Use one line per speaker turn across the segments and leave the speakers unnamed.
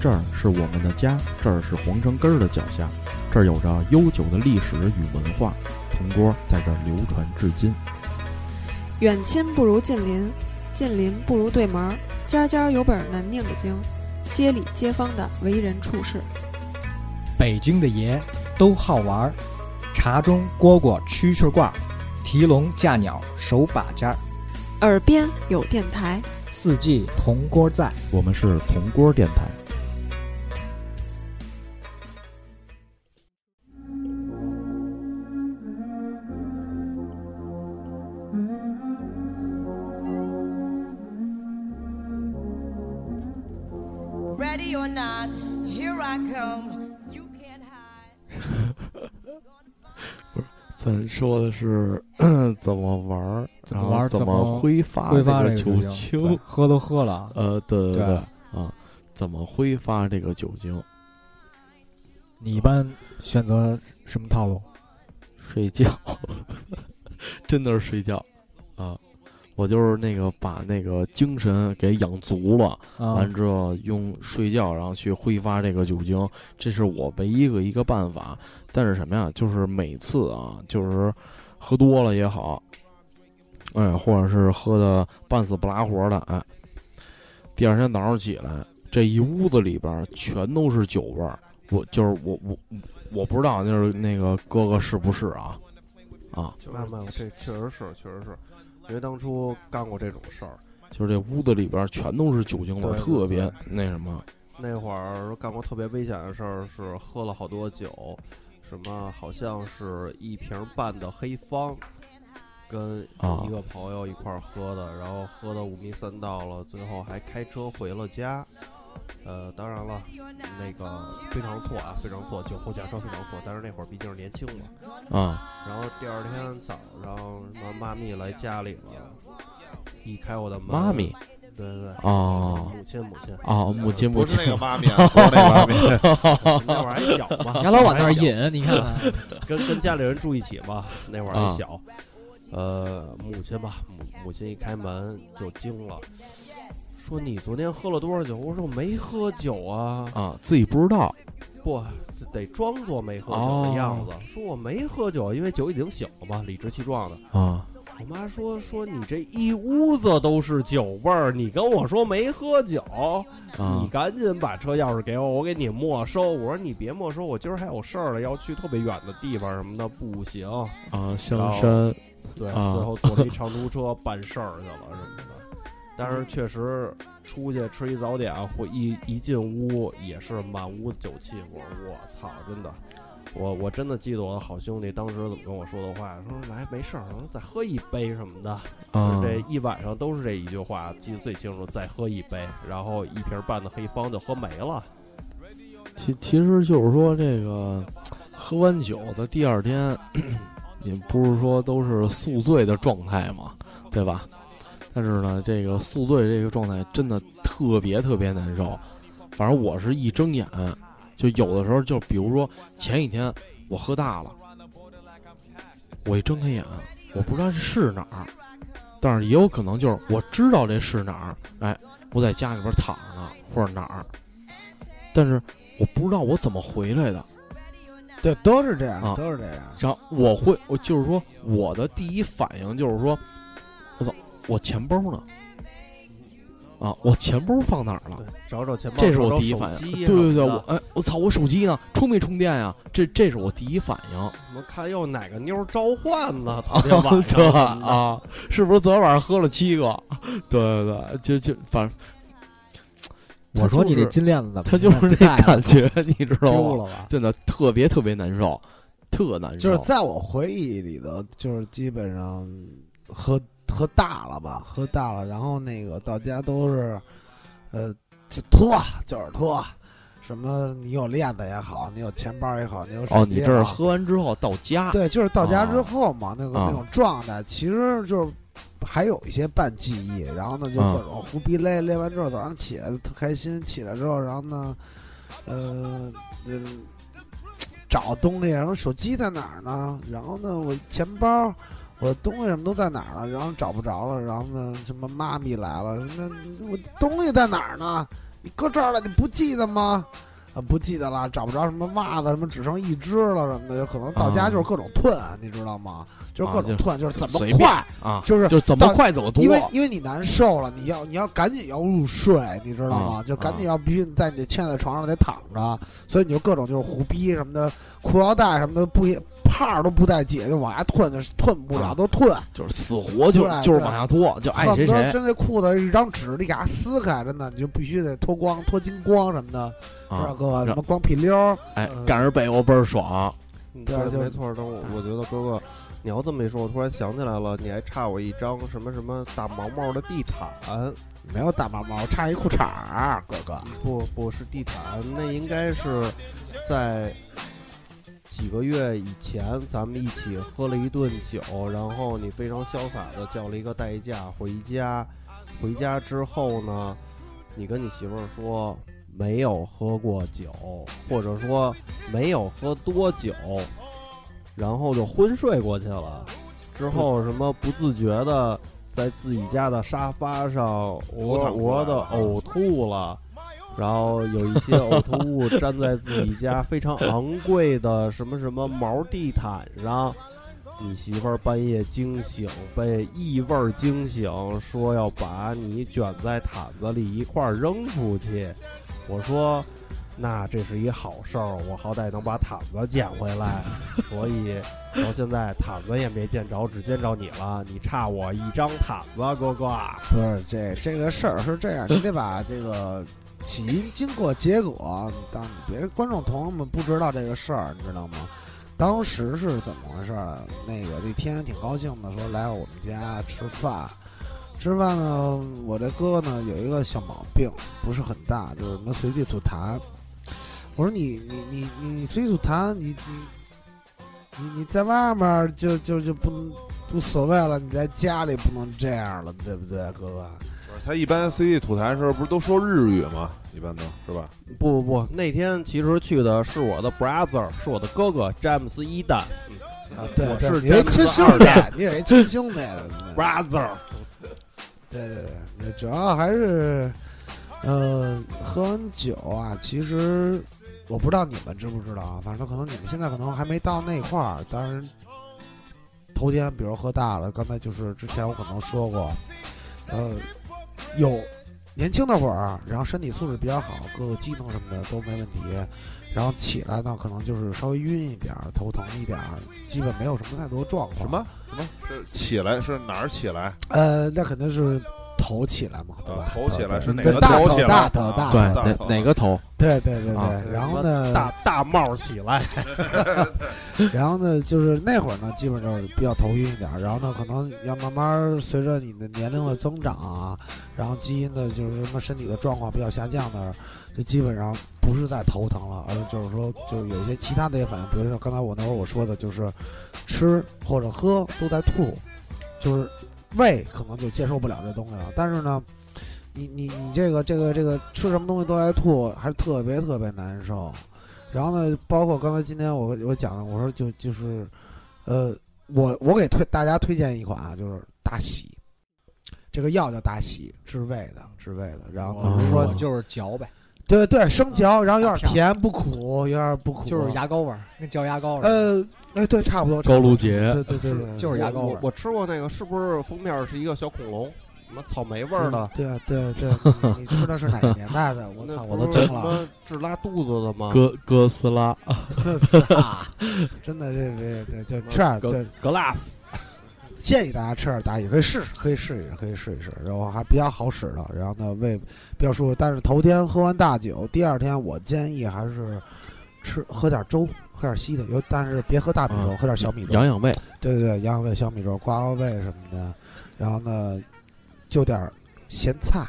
这儿是我们的家，这儿是皇城根儿的脚下，这儿有着悠久的历史与文化，铜锅在这儿流传至今。
远亲不如近邻，近邻不如对门儿，家家有本难念的经，街里街坊的为人处事。
北京的爷都好玩儿，茶中蝈蝈蛐蛐儿挂儿，提笼架鸟手把件儿，
耳边有电台，
四季铜锅在。
我们是铜锅电台。
Ready or not, here I come. You can't hide.
咱说的是 怎么玩儿，然后
玩儿
怎
怎么
么挥发
挥发
这
啊这个
酒
酒精
精，
喝都喝了啊，
呃，对对
对
啊，怎么挥发这个酒精？
你一般选择什么套路？
睡觉， 真的是睡觉啊！我就是那个把那个精神给养足了，
啊
完，之后用睡觉，然后去挥发这个酒精，这是我唯一的一个办法。但是什么呀？就是每次啊，就是喝多了也好，哎，或者是喝的半死不拉活的，哎，第二天早上起来，这一屋子里边儿全都是酒味儿。我就是我我我不知道，就是那个哥哥是不是啊？啊，
慢慢，这确实是，确实是，因为当初干过这种事儿。
就是这屋子里边儿全都是酒精味儿，
对
特别
对
那什么。
那会儿干过特别危险的事儿，是喝了好多酒，什么好像是一瓶半的黑方，跟
啊
一个朋友一块儿喝的，然后喝的五迷三道了，最后还开车回了家。呃，当然了，那个非常错啊，非常错，酒后驾车非常错。但是那会儿毕竟是年轻嘛，
啊，
然后第二天早上，什么妈咪来家里了，一开我的门，
妈咪，
对对对，
哦
母亲母亲，
啊，
哦
母亲母
不是
亲
那个妈咪 啊，不是那个妈咪，
那会儿还小 嘛，
你还老往那儿，引，你看看， 啊
跟跟家里人住一起嘛，那会儿还小，呃，母亲吧，母母亲一开门就惊了，说你昨天喝了多少酒？我说没喝酒啊，
啊，自己不知道。
不，这得装作没喝酒的样
哦
子，说我没喝酒，因为酒已经醒了嘛，理直气壮的。
啊
我妈说说你这一屋子都是酒味儿，你跟我说没喝酒，你
啊
赶紧把车钥匙给我，我给你没收。我说你别没收，我今儿还有事儿了，要去特别远的地方什么的，不行。嗯
啊！香山
对，
啊
最后坐了一长途车办事儿去了什么的。但是确实出去吃一早点，或一一进屋也是满屋酒气味儿。我操，真的，我我真的记得我好兄弟当时怎么跟我说的话，说来没事儿，我说再喝一杯什么的。
啊，
就是这一晚上都是这一句话，记得最清楚。再喝一杯，然后一瓶半的黑方就喝没了。
其其实就是说这个喝完酒的第二天，也不是说都是宿醉的状态嘛，对吧？但是呢，这个宿醉这个状态真的特别特别难受。反正我是一睁眼，就有的时候就比如说前几天我喝大了，我一睁开眼，我不知道这是哪儿，但是也有可能就是我知道这是哪儿，哎，我在家里边躺着呢，或者哪儿，但是我不知道我怎么回来的。
对，都是这样，
啊
都是这样。
然后我会，我就是说，我的第一反应就是说，我操，我钱包呢？啊，我钱包放哪儿了
对？，找找钱包，
这是我
找找
第一反
手
应。
机啊
对对
什
对，
么
我
的
哎，我操，我手机呢？充没充电呀？这这是我第一反应。
我们看又哪个妞儿召唤 呢？
啊
昨天晚
对
上
啊，是不是昨天晚上喝了七个？ 对对对，就就反正
我说你这
他就是
金链子怎么
他就是
这
那感觉， 你知道
丢
吗？
了吧？
真的特别特别难受，特难受。
就是在我回忆里头，就是基本上喝喝大了吧，喝大了，然后那个到家都是，呃，就脱，就是脱，什么你有链子也好，你有钱包也好，你有手
哦，
机
你
也
这是
好
喝完之后到家，
啊对，就是到家之后嘛，那个
啊
那种状态，其实就是还有一些半记忆，然后呢就
啊
各种胡逼勒勒完之后，早上起来就特开心，起来之后，然后呢，呃，嗯，找东西，然后手机在哪儿呢？然后呢，我钱包。我的东西什么都在哪儿了，然后找不着了，然后呢，什么妈咪来了，那我东西在哪儿呢？你搁这儿了，你不记得吗？啊，不记得了，找不着什么袜子，什么只剩一只了什么的，有可能到家
啊
就是各种吞，你知道吗？就是各
啊
种
就
吞，就是怎
随
么
便
快，
啊，
就是
就怎么
到
快怎么多
因为因为你难受了，你要你要赶紧要入睡，你知道
啊
吗？就赶紧要必须在你嵌在床上得躺着，所以你就各种就是胡逼什么的，裤腰带什么的不帕儿都不带解，就往下吞，就是吞不了
啊
都吞。
就是死活就
对
就是
对
往下拖，就爱
恨
谁
不得
谁
真这裤子一张纸，你给它撕开，真的你就必须得脱光、脱精光什么的，知道
啊！
哥吧？
让
什么光屁溜儿，
哎，盖着被窝倍儿爽，
嗯
对
对，
就是
没错。但我我觉得哥哥，你要这么一说，我突然想起来了，你还差我一张什么什么大毛毛的地毯，啊
没有大毛毛，差一裤衩儿，哥哥。
不不是地毯，那应该是在几个月以前，咱们一起喝了一顿酒，然后你非常潇洒的叫了一个代驾回家，回家之后呢，你跟你媳妇儿说没有喝过酒，或者说没有喝多酒，然后就昏睡过去了。之后什么不自觉的在自己家的沙发上偶尔偶尔的呕吐了。然后有一些呕吐物粘在自己家非常昂贵的什么什么毛地毯上，你媳妇儿半夜惊醒，被异味儿惊醒，说要把你卷在毯子里一块儿扔出去。我说，那这是一好事儿，我好歹能把毯子捡回来，所 以到现在毯子也没见着，只见着你了。你差我一张毯子，哥哥。
不是这这个事儿是这样，你得把这个起因、经过、结果，当你别观众朋友们不知道这个事儿，你知道吗？当时是怎么回事儿？那个那天挺高兴的，说来我们家吃饭。吃饭呢，我这哥呢有一个小毛病，不是很大，就是什么随地吐痰。我说你你你你随地吐痰，你你你你在外面儿就就就不能无所谓了，你在家里不能这样了，对不对，哥啊哥？
不是他一般 CD 吐痰的时候不是都说日语吗？一般都是吧？
不不不，那天其实去的是我的 brother，是我的哥哥詹姆斯一代
啊，对
我
对，
是
你有一
詹姆
亲
斯
兄
二
弟
代，
你有一亲兄 弟，对
brother。
对对对，主要还是，呃，喝完酒啊，其实我不知道你们知不知道啊，反正可能你们现在可能还没到那块儿，但是头天比如喝大了，刚才就是之前我可能说过，呃，有年轻那会儿，然后身体素质比较好，各个机能什么的都没问题，然后起来呢，可能就是稍微晕一点儿，头疼一点儿，基本没有什么太多状况。
什么什么是起来是哪儿起来？
呃，那肯定是头起来嘛，对
啊
吧？，
头起来
哦对
是哪
对
个
大
头起来？
大头大
啊
头
对
大
哪
头
哎哪个头
对对对
啊
对。然后呢，
大大帽起来，
然后呢，就是那会儿呢，基本就是比较头晕一点儿，然后呢，可能要慢慢随着你的年龄的增长啊，然后基因的就是什么身体的状况比较下降的，就基本上不是在头疼了，而是就是说就是有一些其他的一些反应，比如说刚才我那会儿我说的就是吃或者喝都在吐，就是胃可能就接受不了这东西了，但是呢。你你你这个这个这个吃什么东西都在吐，还是特别特别难受。然后呢，包括刚才今天我我讲的，我说就就是，呃，我我给推大家推荐一款啊，就是大喜，这个药叫大喜，治胃的，治胃的。然后呢
哦
如果
我就是嚼呗，
对对生嚼，然后有
嗯大
点
片
甜，不苦，有点不苦，
就是牙膏味儿，跟嚼牙膏似的。
呃，哎，对，差不多。
高露
差不
洁
多对对对对，
就是牙膏味
我
儿
我吃过那个，是不是封面是一个小恐龙？什么草莓味儿的？
对对对， 对你吃的是哪个年代的？我
那
操，
不
我都
是
惊
什
了。
么治拉肚子的吗？
嗯
哥哥斯拉，
真的，这这对，就吃点，对，
glass
建议大家吃点大喜，可以试，可以试一试，可以试一试，然后还比较好使的，然后呢胃比较舒服。但是头天喝完大酒，第二天我建议还是吃喝点粥，喝点稀的，有但是别喝大米粥，
啊
喝点小米粥
养，养胃，
对对对，养养胃、小米粥、刮刮胃什么的。然后呢，就点儿咸菜，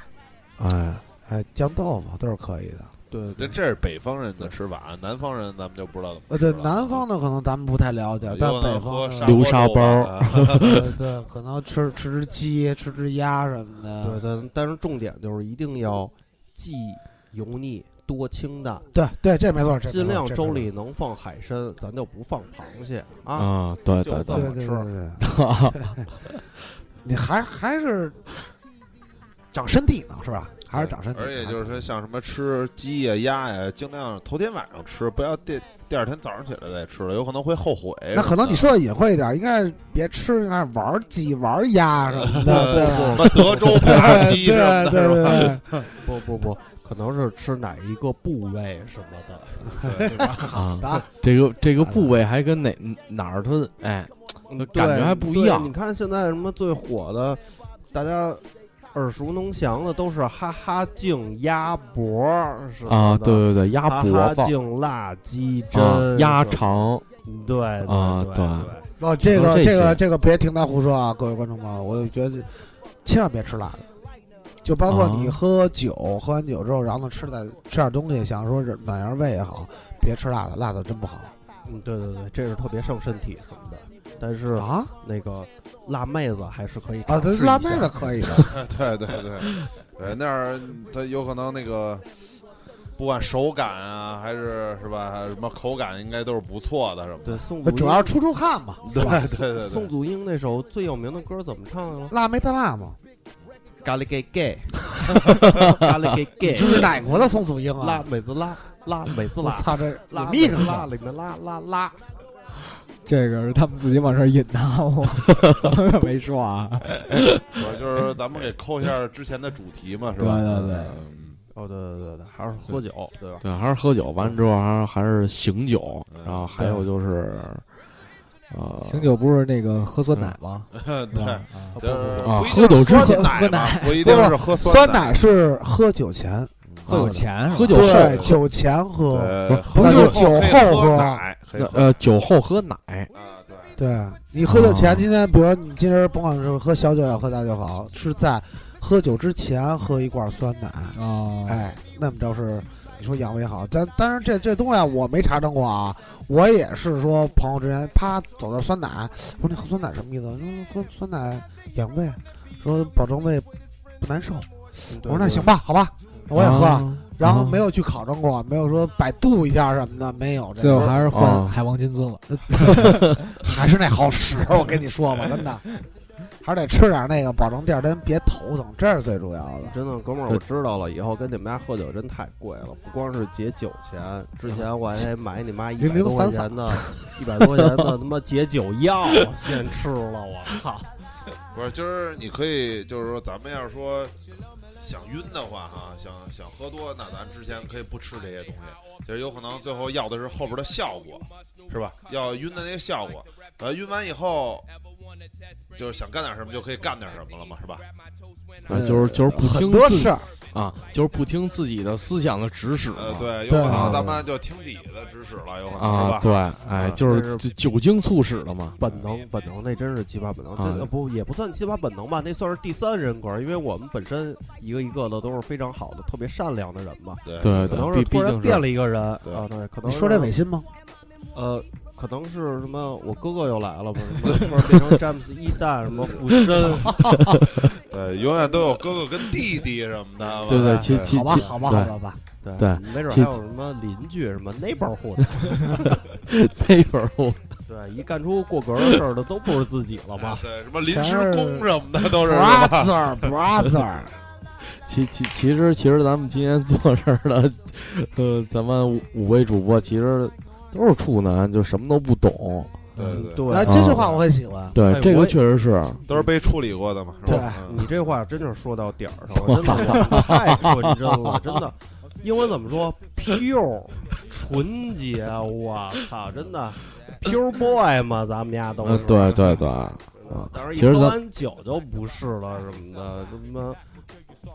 哎，
哎，酱豆腐都是可以的。
对
这
对，
这是北方人的吃法，南方人咱们就不知道怎么
呃，
吃
对，
了。啊
南方的可能咱们不太了解
有，
但
可能
北
喝
方的
砂
流
锅
沙
粥
包儿
啊
对对，可能吃吃只鸡、吃只鸭什么的。
对对，但是重点就是一定要既油腻多清淡，
对对，这没错，这没错
尽量
这没
粥
错
里能放海参，咱就不放螃蟹啊。
啊，对
就
对
这
对
对
么
对
吃
对对，你还还是长身体呢，是吧？ 还是长身体。
而且就是说，像什么吃鸡呀、鸭呀，尽量头天晚上吃，不要第第二天早上起来再吃了，有可能会后悔。
那可能你说的隐晦一点，应该别吃，应该是玩鸡、玩鸭什么的，对
什
吧？
么德州
对
扒鸡什么
对
的，是吧？
对
不不不，可能是吃哪一个部位什么的，
嗯
啊，
对，
这个这
嗯
个部位还跟哪哪儿它哎，
嗯
感觉
对
还不
对
一样
你看现在什么最火的，大家耳熟能详的都是哈哈镜鸭脖儿什么的
啊，对对对，鸭
哈
脖
哈
子
镜辣鸡胗、
啊，鸭，肠，
对
啊对
对对
哦，这
说这
个这个
些
这个别听他胡说啊，各位观众朋友，我觉得千万别吃辣的，就包括你
啊
喝酒，喝完酒之后，然后呢吃点吃点东西，想说是暖阳胃也好，别吃辣的，辣的真不好
嗯对对对，这是特别伤身体什么的。但是
啊
那个辣妹子还是可以
啊，
尝
这
试一
辣
下
妹子可 以的，
对对对，对那儿它有可能那个，不管手感啊，还是是吧，还是什么口感，应该都是不错的，是吧？
对宋祖
不
英
主要出出汗嘛，
对对对
宋
对，
祖英那首最有名的歌怎么唱的啊了？
辣妹子辣嘛，
咖喱给给， 咖喱给给，
就是哪国的宋祖英
辣
啊？
美子辣辣美子
我
辣
操，这有
辣
mix
辣
啊
里面辣辣辣，
这个是他们自己往这儿引的，我 咱们可没说啊。
我就是咱们给扣一下之前的主题嘛，是
对
吧？
对对
嗯
哦对对对对，还是喝酒对吧？
对，还是喝酒，完了之后还是还是醒酒，
嗯
然后还有就是，呃，
醒酒不是那个喝酸奶吗？
嗯
是
对，
吧？啊
就是
啊
不
喝
一定
酒
是
之前
酸奶
喝
嘛，
奶
不一定是喝酸奶，
奶是喝酒前，
喝酒前
喝酒后
对，酒前喝，
呃
不是
喝
不是
酒
酒
可以
后喝
奶，可以
那
喝
呃酒后喝奶，
啊，对，
对你喝酒
啊
前，今天比如说你今儿甭管是喝小酒也好，喝大酒也好，是在喝酒之前喝一罐酸奶，
啊，
哎，那么着是你说养胃好，但当然这这东西啊我没查证过啊，我也是说朋友之间啪走到酸奶，我说你喝酸奶什么意思？嗯，喝酸奶养胃，说保证胃不难受。我说那行吧，好吧，那我也喝
哦
了。
啊，
然后
啊
没有去考证过，没有说百度一下什么的，没有。
最
这
后还是
啊
换海王金樽了。
还是那好使，我跟你说吧，真的，还是得吃点那个，保证第二天别头疼，这是最主要的。
真的，哥们儿，
这
我知道了，以后跟你们家喝酒真太贵了，不光是解酒钱，之前我还买你妈一百多块钱的，一百多块钱的他妈解酒药，先吃了，我操！
不是，今儿你可以就是说，咱们要是说想晕的话哈，想想喝多，那咱之前可以不吃这些东西，就是有可能最后要的是后边的效果，是吧？要晕的那个效果，呃，晕完以后就是想干点什么就可以干点什么了嘛，是吧？
啊就是就是不
呃很
听
多
自己
事儿，
啊，就是不听自己的思想的指使
呃，
嘛
对，有可能
对
咱们就听底的指使了，有可能是
啊
吧，？
对，哎，就是
但
就酒精促使的嘛，
本能，本能，那真是奇葩本能，
啊
这、呃不也不算奇葩本能吧，那算是第三人格，因为我们本身一个一个的都是非常好的、特别善良的人嘛，
对
对
可
对
能，
毕
是
啊毕
突然
竟
变
是
了一个人啊，
对
对，可能
你说这
是
违心吗？
呃，可能是什么？我哥哥又来了吧？什么突然变成詹姆斯一代，什么附身？
对，永远都有哥哥跟弟弟什么的，
对对，
吧
其其
好吧，
其
好吧，
对
好吧，
对
对
没准
其
还有什么邻居什么 neighborhood，
那本儿我
对，一干出过格的事儿的都不是自己了嘛
哎。对，什么临时工什么的都是是吧？
，brother，brother，
其其其实其实咱们今天坐这儿的，呃，咱们五五位主播其实都是处男，就什么都不懂。
对对对，
哎，
嗯对，
这句话我很喜欢。
对
哎，
这个
我也
确实是，
都是被处理过的嘛，是吧？嗯
你这话真是说到点儿上了，真的我太纯真了，真的。英文怎么说？pure，纯洁，啊我操，真的，pure boy 嘛，咱们家都
嗯
是。，
对对对，
当然一
其实
喝
咱
完酒就不是了，什么的，什么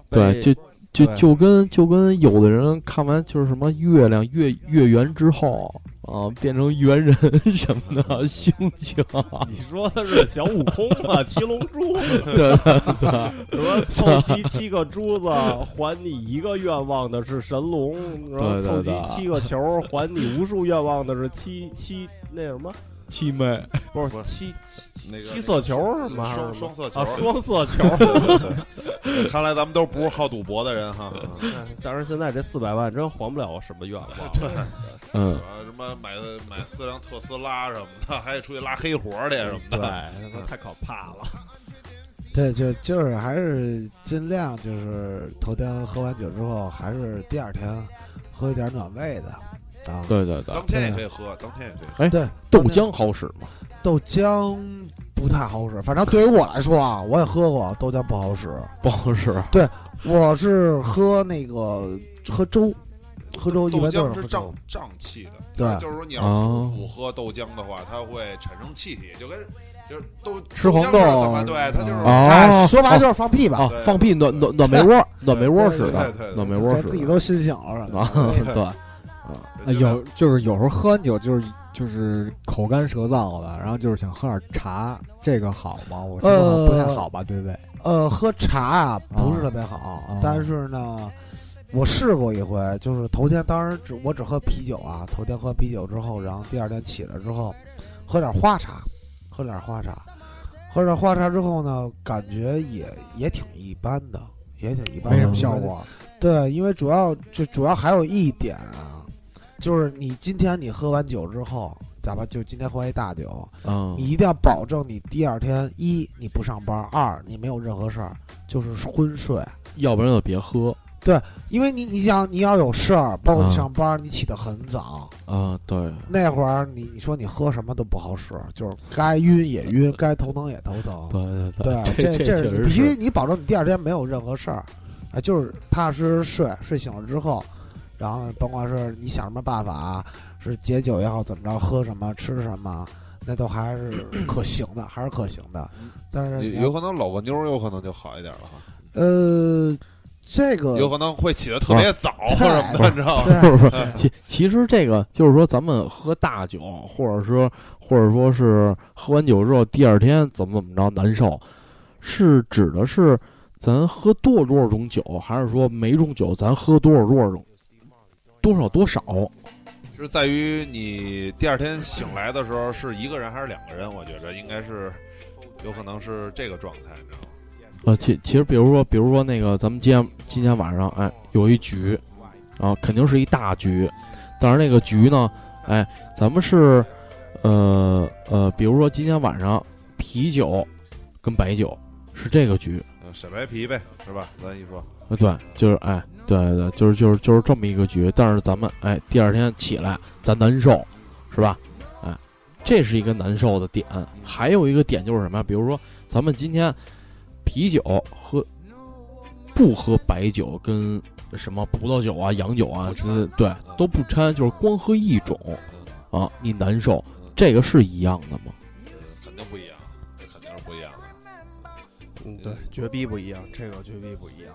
对，就就
对
就跟就跟有的人看完就是什么月亮月月圆之后啊，变成猿人什么的啊猩猩，
你说的是小悟空啊，七龙珠，
对对对，
说凑齐七个珠子还你一个愿望的是神龙，说
对对
凑齐
对
七个球还你无数愿望的是七七那什么，
七妹，
不是
不是
七
那个
七色球是吗？
双双色球
啊，双色球。
看来咱们都不是好赌博的人哈。
但是现在这四百万真还不了我什么愿望，
嗯，
啊，什么买买四辆特斯拉什么的，还得出去拉黑活儿去什么
对，
的。
他妈太可怕了。
对，就就是还是尽量就是头天喝完酒之后，还是第二天喝一点暖胃的啊。
对对对，
当天也可以喝，当天也可以喝。
对，
豆浆好使吗？
豆浆不太好使，反正对于我来说啊，我也喝过豆浆不好使，
不好使。
我是喝那个喝粥，喝粥一
豆
般都
浆
是
是
喝
胀
哦
粥。
胀气的，
对
就是说你要不喝豆浆的话，它会产生气体，就跟就是豆
吃黄豆
豆浆是怎么对，它就是
哦
哎，说白了就是放屁吧，
啊
对，
放屁暖暖暖被窝，暖被窝使
对
的，
对对对
暖被窝
自
使
己
的
都心醒了是吧。
啊，对，
啊，
就
有就是有时候喝完酒就是就是口干舌燥的，然后就是想喝点茶，这个好吗？我觉得好像不太好吧，对不对？
呃，喝茶啊不是特别好，
哦
啊
但是呢，我试过一回，就是头天当时只我只喝啤酒啊，头天喝啤酒之后，然后第二天起来之后，喝点花茶，喝点花茶，喝点花茶之后呢，感觉也也挺一般的，也挺一般的，
没什么效。果。
对，因为主要就主要还有一点啊，就是你今天你喝完酒之后，咱们就今天喝一大酒，
嗯
你一定要保证你第二天一你不上班，二你没有任何事儿，就是昏睡。
要不然就别喝
因为你你想你要有事儿，包括你
嗯
上班，你起得很早，
啊，对，
那会儿你你说你喝什么都不好使，就是该晕也晕，该头疼也头疼。
对对
对，
这
这
确
是你
实
必须
是，
你保证你第二天没有任何事儿，啊，就是踏踏实实睡，睡醒了之后，然后甭管是你想什么办法，是解酒也好，怎么着，喝什么吃什么，那都还是可行的，还是可行的。但是你
有
要
有可能搂个妞儿，有可能就好一点了哈，
呃，这个
有可能会起得特别早或
太
者什么的，你知道吗？
对
不是不是，其其实这个就是说，咱们喝大酒，或者说或者说是喝完酒之后，第二天怎么怎么着难受，是指的是咱喝多少多少种酒，还是说每种酒咱喝多少多少种，多少多少？
是在于你第二天醒来的时候是一个人还是两个人？我觉得应该是有可能是这个状态，你知道吗？
呃，其其实比如说，比如说那个，咱们今天今天晚上，哎，有一局，啊，肯定是一大局，但是那个局呢，哎，咱们是，呃呃，比如说今天晚上啤酒跟白酒是这个局，
呃甩白皮呗，是吧？咱一说，
呃，对，就是哎，对对，就是就是就是这么一个局，但是咱们哎，第二天起来咱难受，是吧？哎，这是一个难受的点。还有一个点就是什么呀？比如说咱们今天啤酒喝不喝白酒跟什么葡萄酒啊、洋酒啊，就是对都不掺，就是光喝一种啊，你难受，这个是一样的吗？
肯定不一样，这肯定是不一样的。
嗯，对，绝逼不一样，这个绝逼不一样，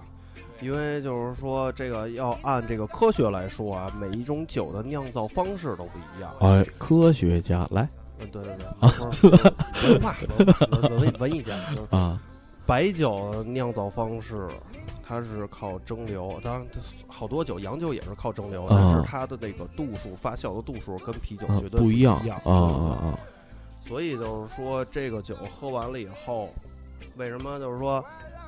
因为就是说这个要按这个科学来说啊，每一种酒的酿造方式都不一样。
哎，科学家来
嗯，对对对，不是文化文化文文艺家就是
啊，
白酒的酿造方式，它是靠蒸馏，当然它好多酒，洋酒也是靠蒸馏，但是
啊
它的那个度数发酵的度数跟啤酒
啊
绝对
不
一
一样
样
啊啊啊！
所以就是说，这个酒喝完了以后，为什么就是说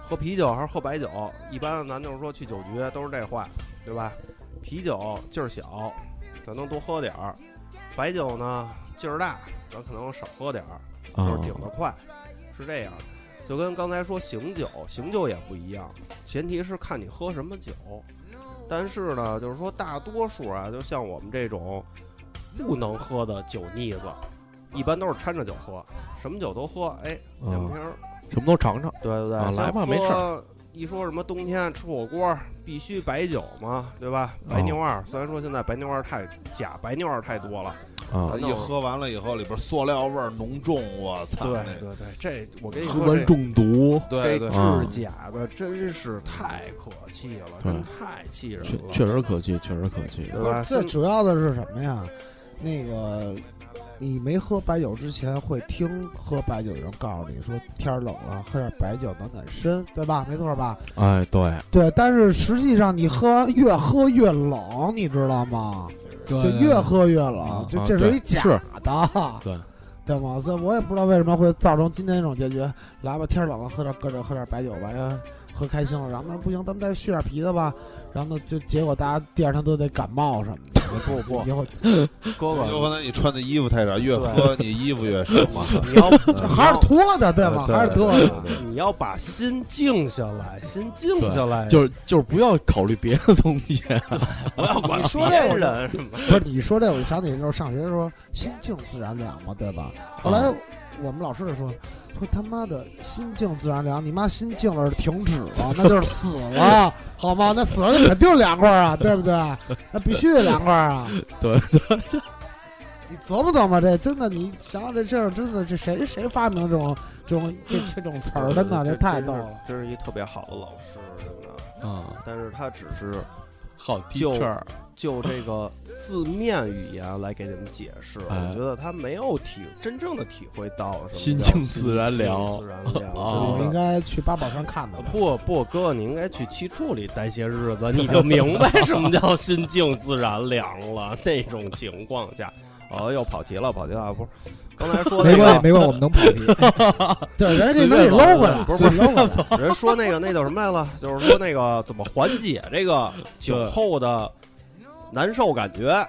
喝啤酒还是喝白酒？一般咱就是说去酒局都是这话，对吧？啤酒劲儿小，咱能多喝点儿；白酒呢劲儿大，咱可能少喝点儿，
啊
就是顶得快，是这样。就跟刚才说醒酒，醒酒也不一样，前提是看你喝什么酒。但是呢，就是说大多数啊，就像我们这种不能喝的酒腻子，一般都是掺着酒喝，什么酒都喝，哎，
啊
两瓶儿，
什么都尝尝，
对对对，
啊来吧
像
没事
说一说什么冬天吃火锅必须白酒嘛，对吧？白牛二，虽然说现在白牛二太假白牛二太多了，
啊
咱
一喝完了以后，里边塑料味儿浓重，我操！
对
那
对
个
对，这我跟你
喝
说
完
这。
中毒，
啊对
这
对，嗯
啊
制假的真是太可气了，
对
真太气人
嗯确
了，
确实可气，确实可气。
对
不
吧？
是，最
现
主要的是什么呀？那个，你没喝白酒之前会听喝白酒的人告诉你说天儿冷了，喝点白酒暖暖身，对吧？没错吧？
哎，对，
对，但是实际上你喝完越喝越冷，你知道吗？
对
就越喝越冷
呃啊，
这
啊
这是一
对
假
是
的，
对，
对吗？所以我也不知道为什么会造成今天这种结局。来吧，天儿冷了，喝点搁这喝点白酒吧，喝开心了，然后那不行，咱们再续点啤的吧。然后呢，就结果大家第二天都得感冒什么的，
不不，
以后
哥
有
哥，
可能你穿的衣服太少，越喝你衣服越少嘛。
你要
嗯
还是脱的对吧？
对
还是脱的。
对对
啊你要把心静下来，心静下来，
就是就是不要考虑别的东西，
不要管
你说这个
人什么。
不是你说这，我就想起那时候上学的时候，心静自然凉嘛，对吧？
啊
后来我们老师就说，说他妈的心静自然凉，你妈心静了是停止了， 那就是死 了，好吗？那死了那肯定凉快啊，对不对？那必须得凉快啊。
对
对。 你琢磨琢磨这，真的，你想想这事儿，真的，这谁谁发明这种这种这这种词儿的呢？
这
太逗了。，
真是一特别好的老师什么 的，
啊，
但是他只是
好
就
teacher，
就这个字面语言来给你们解释，
哎
我觉得他没有体真正的体会到什么叫
心静
静
自然凉
自然凉。
哦
我
真
应
的
该去八宝山看看吧。
呃不不，哥，你应该去七处里待些日子，你 就明白什么叫心静自然凉了。那种情况下，哦，又跑题了，跑题了，不是，刚才说
没
那
关系，
个，
没关系，我们能跑题。
对，人家就能给搂回来，
不是
自己搂回来。
人说那个那叫什么来了？就是说那个怎么缓解这个酒后的难受感觉。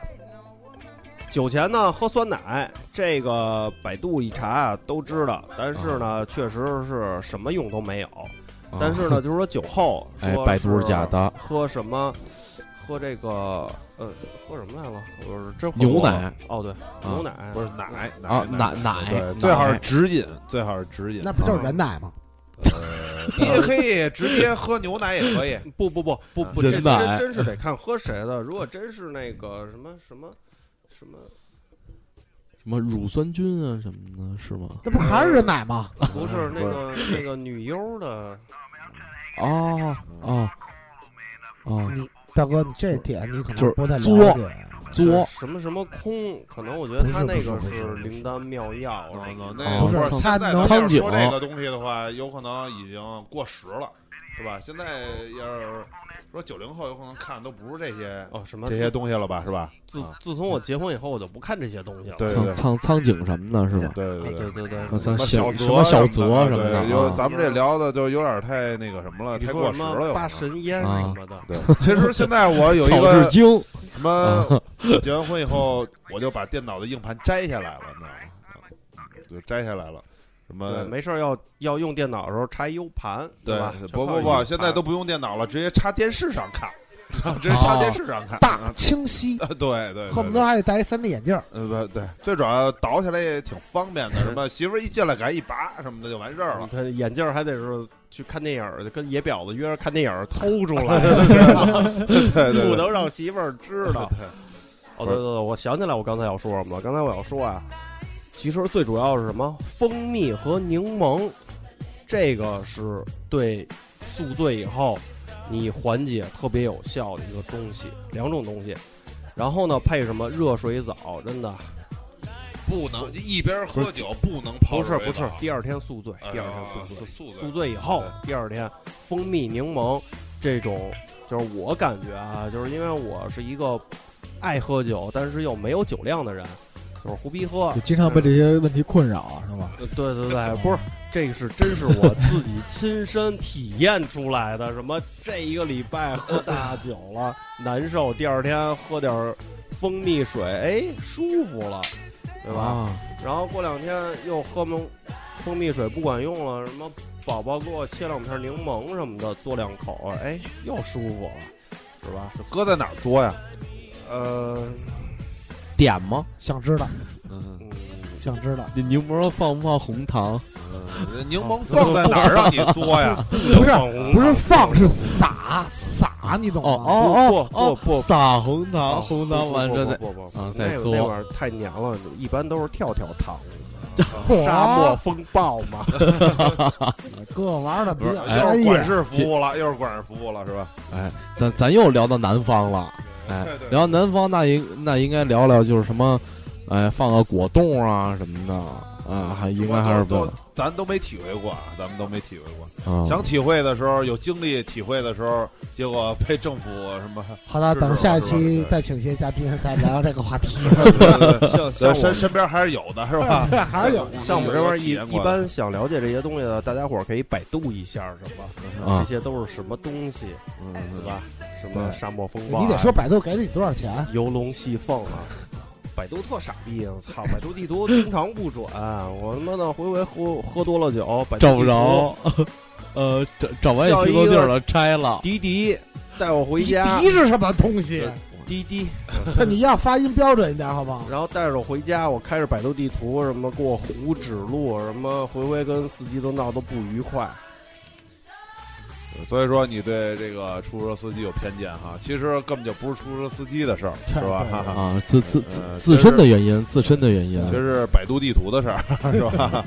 酒前呢喝酸奶，这个百度一查啊都知道，但是
啊
呢、确实是什么用都没有。但是呢，就是说酒后，
哎
说
百度是假的
喝什么？喝这个呃，喝什么来了？我是真喝
牛
多
奶
了哦，对，牛奶
不是奶
啊
奶
奶奶
对
奶
最好是直饮，最好是直饮。
那不就是人奶吗？
呃，你也可以直接喝牛奶，也可以。
不不不不不，
人
这
奶
真真是得看喝谁的。如果真是那个什么什么什么，
什么乳酸菌啊什么的，是吗？
那不还是人奶吗？
不是那个那个女优的，
哦哦哦，
你大哥，你这点你可
就是
能不太了
作
解。
作
什么什么空，可能我觉得
不是
她那
不
个
是不是不是
灵丹妙药啊哦那
嗯
个。
那个
不是
现
他
在
能
咱要是说
苍井
这个东西的话，有可能已经过时了，是吧？现在要是说九零后，有可能看都不是这些
哦，什么
这些东西了吧，是吧？
自
啊
自从我结婚以后，我就不看这些东西了。
对
苍苍苍井什么的，是吧？
对
啊
对
对。对对，
我操，
什
小
么
什么小
小
泽什么的
对，有
啊
咱们这聊的就有点太那个什么了，
你
太
说
过
什
时
么
了。有可
八
能
神烟
啊
什么的，
对，其实现在 我有一
草
个
日啊精，
什么，结完婚以后我就把电脑的硬盘摘下来了，你知道吗？啊就摘下来了。什
对，
么？
没事儿要要用电脑的时候插 U 盘，
哎对
吧？，全
不不
靠啊 U
不，
盘
现在都不用电脑了，直接插电视上看，直接插电视上看。
大清晰，
啊， 对对，
恨不
对
得还得戴一 3D 眼镜儿。
呃不对，最主要倒起来也挺方便的，什么媳妇儿一进来赶一拔什么的就完事 儿了。
他眼镜儿还得是去看电影儿去，跟野婊子约着看电影儿偷出来，
对对
不
对，
能让媳妇儿知道。哦，对对对，我想起来我刚才要说什么了。刚才我要说啊，其实最主要是什么？蜂蜜和柠檬，这个是对宿醉以后你缓解特别有效的一个东西，两种东西。然后呢，配什么热水澡，真的
不能一边喝酒不能泡
不是
水
不是
澡，
第二天宿醉，第二天
啊
宿醉。
宿
宿醉以后，第二天蜂蜜柠檬这种，就是我感觉啊，就是因为我是一个爱喝酒，但是又没有酒量的人，就是胡逼喝
就。经常被这些问题困扰，是吗？
呃对对对，不是，这个是真是我自己亲身体验出来的。什么这一个礼拜喝大酒了，难受，第二天喝点儿蜂蜜水，哎，舒服了，对吧？
啊，
然后过两天又喝蒙蜂蜜水不管用了，什么宝宝给我切两片柠檬什么的，嘬两口，哎，又舒服了，是吧？
搁在哪儿嘬呀？
呃，
点吗？
想知道，
嗯，
嗯，
想知道，
你柠檬放不放红糖？
柠檬放在哪儿让你嘬呀？
不是
是
不是放是撒撒，你懂
哦
吗？
哦哦
不
哦，
不不
撒红
啊
糖，红糖完
不
这
不
再
不不不
啊
那
再
个
嘬
那玩意儿太黏了，一般都是跳跳 糖，
嚯
沙漠风暴嘛。
哥玩的比
不是
较
哎
又
专
是
业
管，事服务了，又是管事服务了，是吧？
哎，咱咱又聊到南方了，哎
对，对
聊到南方那应那应该聊聊就是什么哎，放个果冻啊什么的，啊，还应该还是不
都咱都没体会过，啊，咱们都没体会过。
啊，
想体会的时候，有精力体会的时候，结果被政府什么？
好的，
是
等
是
下一
是是
期
是
再请一些嘉宾，再聊聊这个话题。
对对对
像像
对，
我
身
们
身边还是有的，是 吧？
对， 还是有的
像我们这边
体验
一
过
一
的
般想了解这些东西的，大家伙儿可以百度一下什么，
啊
这些都是什么东西，
嗯，
对吧？什
对
么沙漠风暴啊，
你得说百度给了你多少钱？
游龙戏凤啊。百度特傻逼，我操！百度地图经常不准，我他妈的回回喝喝多了酒，百
找不
度地图
着，呃，找找完也去错地儿了，拆了。
滴滴带我回家，
迪是什么东西
对？滴滴，
你要发音标准一点，好不好？
然后带着我回家，我开着百度地图什么给我糊指路，什么回回跟司机都闹得不愉 快。
所以说你对这个出租车司机有偏见哈，其实根本就不是出租车司机的事儿，是吧？
对对对
啊，自自
呃
自自身的原因，自身的原因
啊
其实是百度地图的事儿，是吧？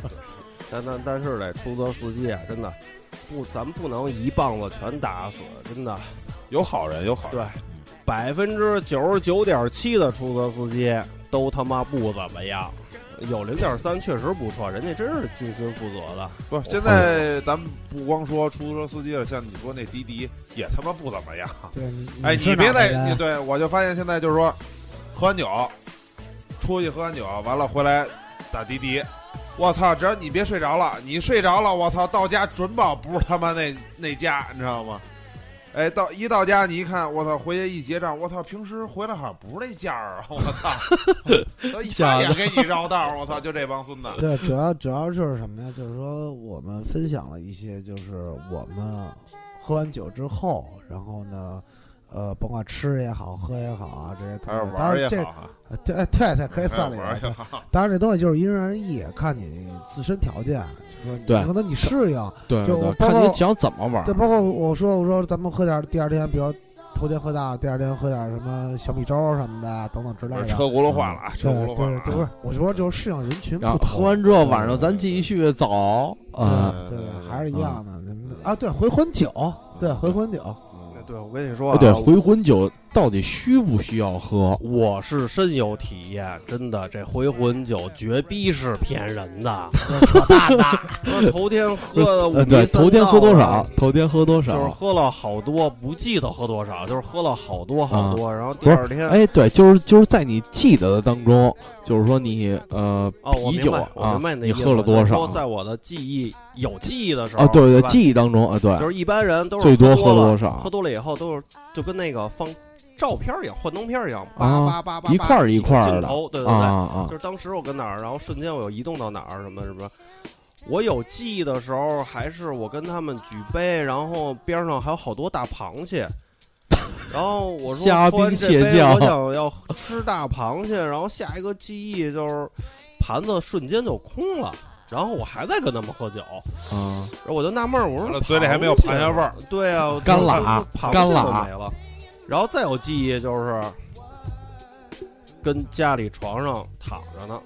但但但是这出租车司机啊，真的不，咱们不能一棒子全打死，真的。
有好人，有好人。
对，百分之九十九点七的出租车司机都他妈不怎么样，有零点三确实不错，人家真是尽心负责的。
不，现在咱们不光说出租车司机了，像你说那滴滴也他妈不怎么样。
对，
哎，你
是哪
别
儿的
再
人啊
你对我就发现现在就是说，喝完酒，出去喝完酒，完了回来打滴滴，我操！只要你别睡着了，你睡着了，我操，到家准保不是他妈那那家，你知道吗？哎，到一到家你一看，我操，回去一结账，我操，平时回来好像不是那价儿啊，我操， 都一
假
把
的
眼给你绕道儿，我操，就这帮孙 子，
对，主要主要就是什么呀？就是说我们分享了一些，就是我们喝完酒之后，然后呢，呃，甭管吃也好，喝也好啊，这些
还有
东西，
玩
当
儿
然
也
这
好啊，
呃对对对，可以
还有
算里
玩儿
边
也
儿。
好，啊
当然这东西就是因人而异，看你自身条件，就说你
对
可能你适应，
对对
就
对，
我包
看
括
你想怎么玩
对，。包括我说我说咱们喝点儿，第二天比如头天喝大，第二天喝点儿什么小米粥什么的啊等等之类的。
车轱辘话了啊，车
对
�咕噜
对
话了
对，
啊，
不是，我说就是适应人群不
然后
同。
喝完之后，晚上咱继续走啊。
对
对
对，
对
还是一样的嗯啊。对，回魂酒，对回魂酒，
嗯
对，我跟你说、啊
哎对，回魂酒到底需不需要喝？
我是深有体验，真的，这回魂酒绝逼是骗人 的，扯淡的。头天喝的五
呃，对，
迷三道
头天喝多少
的？
头天喝多
就是
少？
喝了好多，不记得喝多少，就是喝了好多好多，然后第
啊不是
二天，
哎，对，就是就是在你记得的当中，就是说你呃
哦，我
啤
明
酒
白，我
啊
明白，你的
你
意思
喝了多
就是
少
说？在我的记忆有记忆的时候
啊，对
是
对，
吧
记忆当中啊，对，
就是一般人都是
最多喝
喝
多
了，
少
喝多了以后都是就跟那个放照片儿一样，幻灯片儿一样，
啊
叭叭叭叭
一块儿一块儿
几个镜
的
头，对对
啊
对，
啊
就是当时我跟哪儿，然后瞬间我又移动到哪儿，什么什么。我有记忆的时候，还是我跟他们举杯，然后边上还有好多大螃蟹。然后我说
虾
喝完
兵
这
蟹
杯
将
我想要吃大螃蟹。然后下一个记忆就是盘子瞬间就空了，然后我还在跟他们喝酒，
啊！
然后我就纳闷儿，我
完
说
了嘴里还没有盘下味儿，
对啊，
干
就是
喇
螃蟹
干啊
都
喇
没了。然后再有记忆就是跟家里床上躺着呢，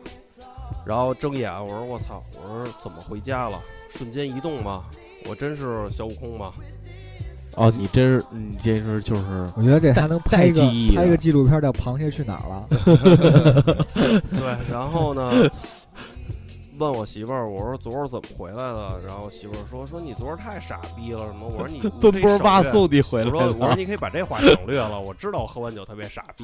然后睁眼，我说我操，我说怎么回家了？瞬间移动吗？我真是小悟空吗？
哦，你这是你这是就是
我觉得这还能拍一个
带记忆的
拍一个纪录片，叫《螃蟹去哪儿了》。
对，然后呢，问我媳妇儿，我说昨儿怎么回来的？然后媳妇儿说说你昨儿太傻逼了什么？我说你
奔波八
八
送你回
我
来啊
说我说
了。
你可以把这话省略了，我知道我喝完酒特别傻逼，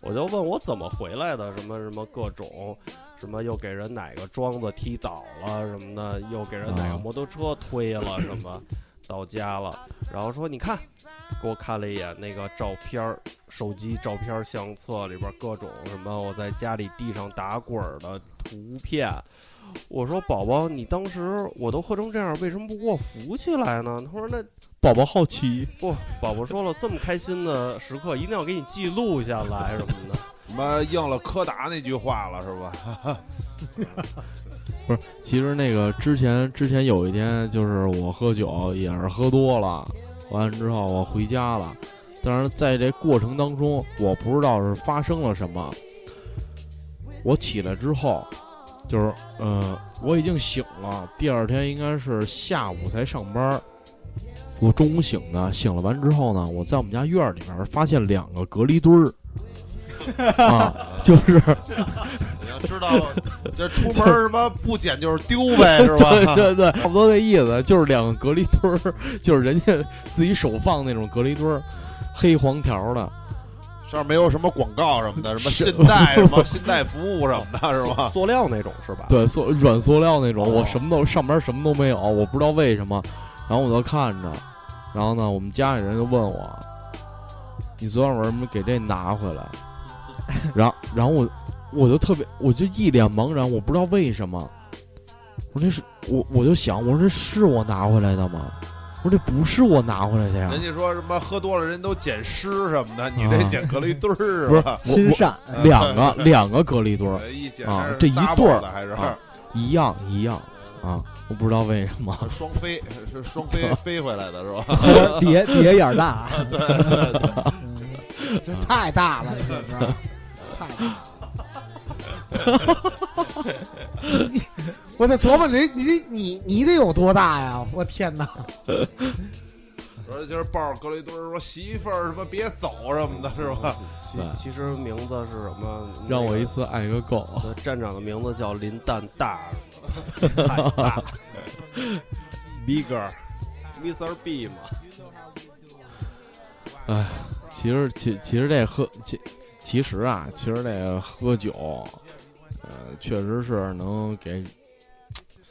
我就问我怎么回来的，什么什么各种，什么又给人哪个庄子踢倒了什么的，又给人哪
啊
个摩托车推了什么，到家了，然后说你看，给我看了一眼那个照片儿，手机照片儿相册里边儿各种什么我在家里地上打滚儿的图片。我说宝宝，你当时我都喝成这样，为什么不给我扶起来呢？他说那
宝宝好奇，
不，宝宝说了，这么开心的时刻一定要给你记录下来什么的。
什么应了柯达那句话了是 吧？
其实那个之前之前有一天，就是我喝酒也是喝多了，完了之后我回 家了，但是在这过程当中，我不知道是发生了什么。我起来之后，就是呃，我已经醒了，第二天应该是下午才上班儿。我中午醒的，醒了完之后呢，我在我们家院儿 里面发现两个隔离墩儿，啊，就是
想知道，这出门儿什么不捡就是丢 呗，是
对
吧？
对对，差不多那意思，就是两个隔离墩儿，就是人家自己手放那种隔离墩儿，黑黄条的，
上面没有什么广告什 么的，什么
是
信贷什么信贷服务什么的，是
啊
吧？
塑料那种是吧？
对，塑软塑料那种，
啊哦
我什么都上边什么都没有，我不知道为什么，然后我就看着，然后呢，我们家里人就问我，你昨晚为什么给这拿回来？然后然后我我就特别，我就一脸茫然，我不知道为什么。我说这是我，我就想，我说这是我拿回来的吗？我说这不是我拿回来的呀。
人家说什么喝多了人都捡尸什么的，你这
啊
捡隔离墩儿
不
是
是
吧？
心善，
嗯
两个两个隔离墩儿
对一捡
啊
还是
这一
double
对儿
的还是
啊一样一样啊，我不知道为什么。
双飞是 双飞飞回来的是吧？
哎叠叠眼儿大，啊
这太大了，这个太大了。你 我在琢磨你你你你得有多大呀！我天哪！
说今儿抱着隔离墩儿说媳妇儿什么别走什么的是
啊
吧？
其
对
其实名字是什么？
让我
那
一
个
次爱个够。
呃站长的名字叫林蛋大，太 大，Bigger，Mr. B 嘛，
哎，其实其其实这喝其其实啊，其实这喝酒，呃，确实是能给，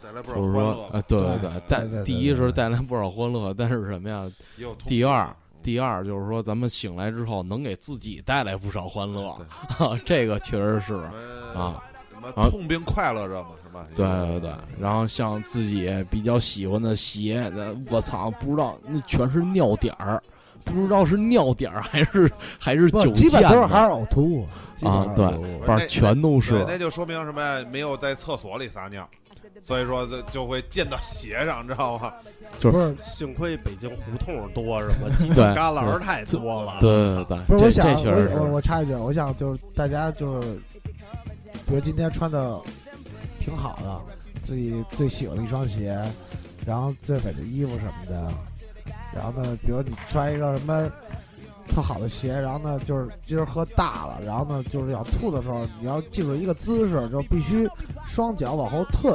带来不
就
少
是
欢
说，
乐哎
呃，，对
对
对
对，对
带
对
第
对
一是
对
带来不少欢乐，但是什么呀？
也有嗯痛苦
第二，第二就是说，咱们醒来之后能给自己带来不少欢乐， 这个确实是
什么
啊，
什么
啊
痛并快乐着嘛是吧？
对对对。然后像自己比较喜欢的鞋，那我操，不知道那全是尿点儿，不知道是尿点儿还是还是
不
酒，
基
溅
本都是
的
还是呕吐基本上
啊对
呕吐
反正全都是
对，。那就说明什么呀？没有在厕所里撒尿，所以说这就会溅到鞋上，你知道吗？
就是
不是
幸亏北京胡同多，什 么犄角
对
旮旯儿太多了，
对对对，
不是，
这
我想
这确实
我我
是
我插一句，啊我想就是大家就是，比如今天穿的挺好的，自己最喜欢的一双鞋，然后最美的衣服什么的，然后呢，比如你穿一个什么特好的鞋，然后呢，就是今儿喝大了，然后呢，就是想吐的时候，你要记住一个姿势，就是必须双脚往后退，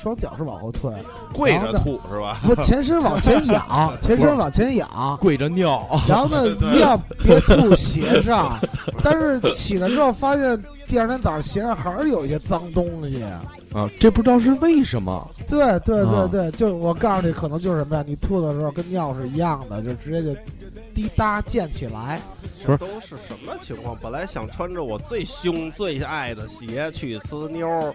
双脚是往后退，
跪着吐是 吧？
不前身往前 仰，前身往前仰，
跪着尿，
然后呢，一定要别吐鞋上。 但是起来之后发现，第二天早上鞋上还是有一些脏东西。
啊，这不知道是为什么。
对对
啊
对对，就我告诉你，可能就是什么呀？你吐的时候跟尿是一样的，就直接就滴答溅起来。
不是
这都是什么情况？本来想穿着我最凶最爱的鞋去呲妞儿，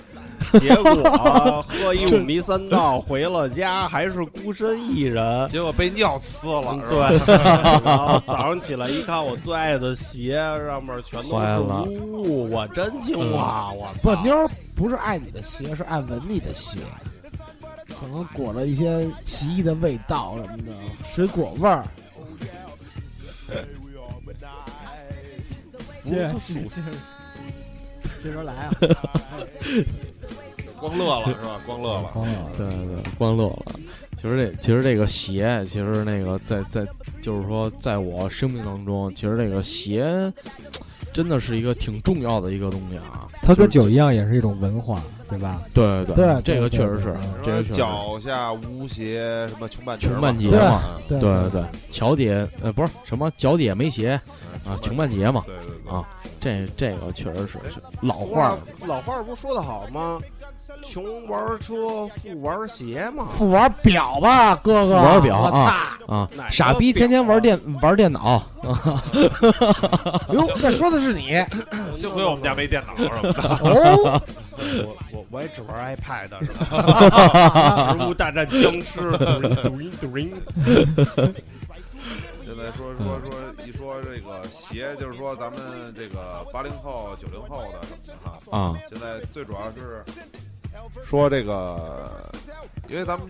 结果喝一五迷三道，回了家还是孤身一人。
结果被尿呲了，
嗯
是吧？
对，然后早上起来一看，我最爱的鞋上面全都
坏
是
了嗯
污，我真惊了，我
不
啊
操！，
妞儿不是爱你的鞋，是爱闻你的鞋。可能裹了一些奇异的味道什么的，水果味儿。
接接接着 来啊！
光乐了是吧？光乐了。
对对，对，欢乐了。其实这其实这个鞋，其实那个在在就是说，在我生命当中，其实这个鞋真的是一个挺重要的一个东西啊。
它跟酒一样，也是一种文化，对吧？
对呃对
对
这个
对对
确实是
对对，
这个确实是
脚下无鞋，什么穷半截儿嘛
穷半截
对
嘛。
啊
对
对对对，脚底呃不是什么脚底没鞋啊，穷半截嘛。
对对对
啊这这个确实是是老
老
话儿
话 老话不说得好吗？穷玩车，富玩鞋嘛。
富玩表吧，哥哥。
富玩表
我操
啊！啊
哪，个
傻逼
表
天天玩
啊
电玩电脑，
哟，那说的是 你
幸亏我们家没电脑
啊
什么的。
哦，
我我我也只玩 iPad 是吧？植物大战僵尸，嘟音嘟音。
现在说说说一说这个鞋，就是说咱们这个八零后、九零后的什么的哈。
啊，
现在最主要是说这个，因为咱们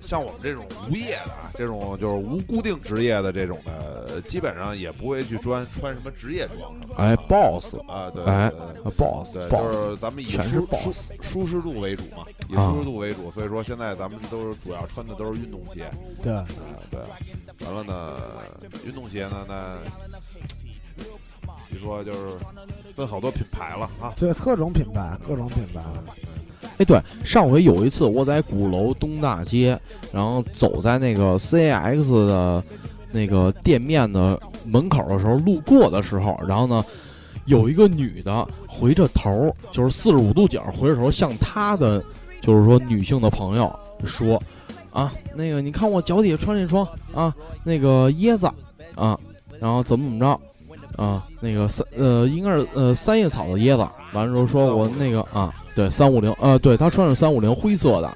像我们这种无业的啊，这种就是无固定职业的这种的，基本上也不会去穿穿什么职业装什么的啊。
哎，boss，
啊，对，
哎
对对
啊，boss，
对，就
boss，
是咱们以
全是
舒
boss
舒舒适度为主嘛，以
啊
舒适度为主，所以说现在咱们都是主要穿的都是运动鞋，
对，
啊，对，完了呢，运动鞋呢，那一说就是分好多品牌了啊。
对，各种品牌，各种品牌，
哎，对，上回有一次我在鼓楼东大街，然后走在那个 CX 的那个店面的门口的时候，路过的时候，然后呢，有一个女的回着头，就是四十五度角回着头向她的就是说女性的朋友说啊，那个你看我脚底下穿这双啊，那个椰子啊，然后怎么怎么着。啊，那个三呃，应该是呃三叶草的椰子，完了之后说我那个啊，对三五零，呃，对他穿着三五零灰色的，啊、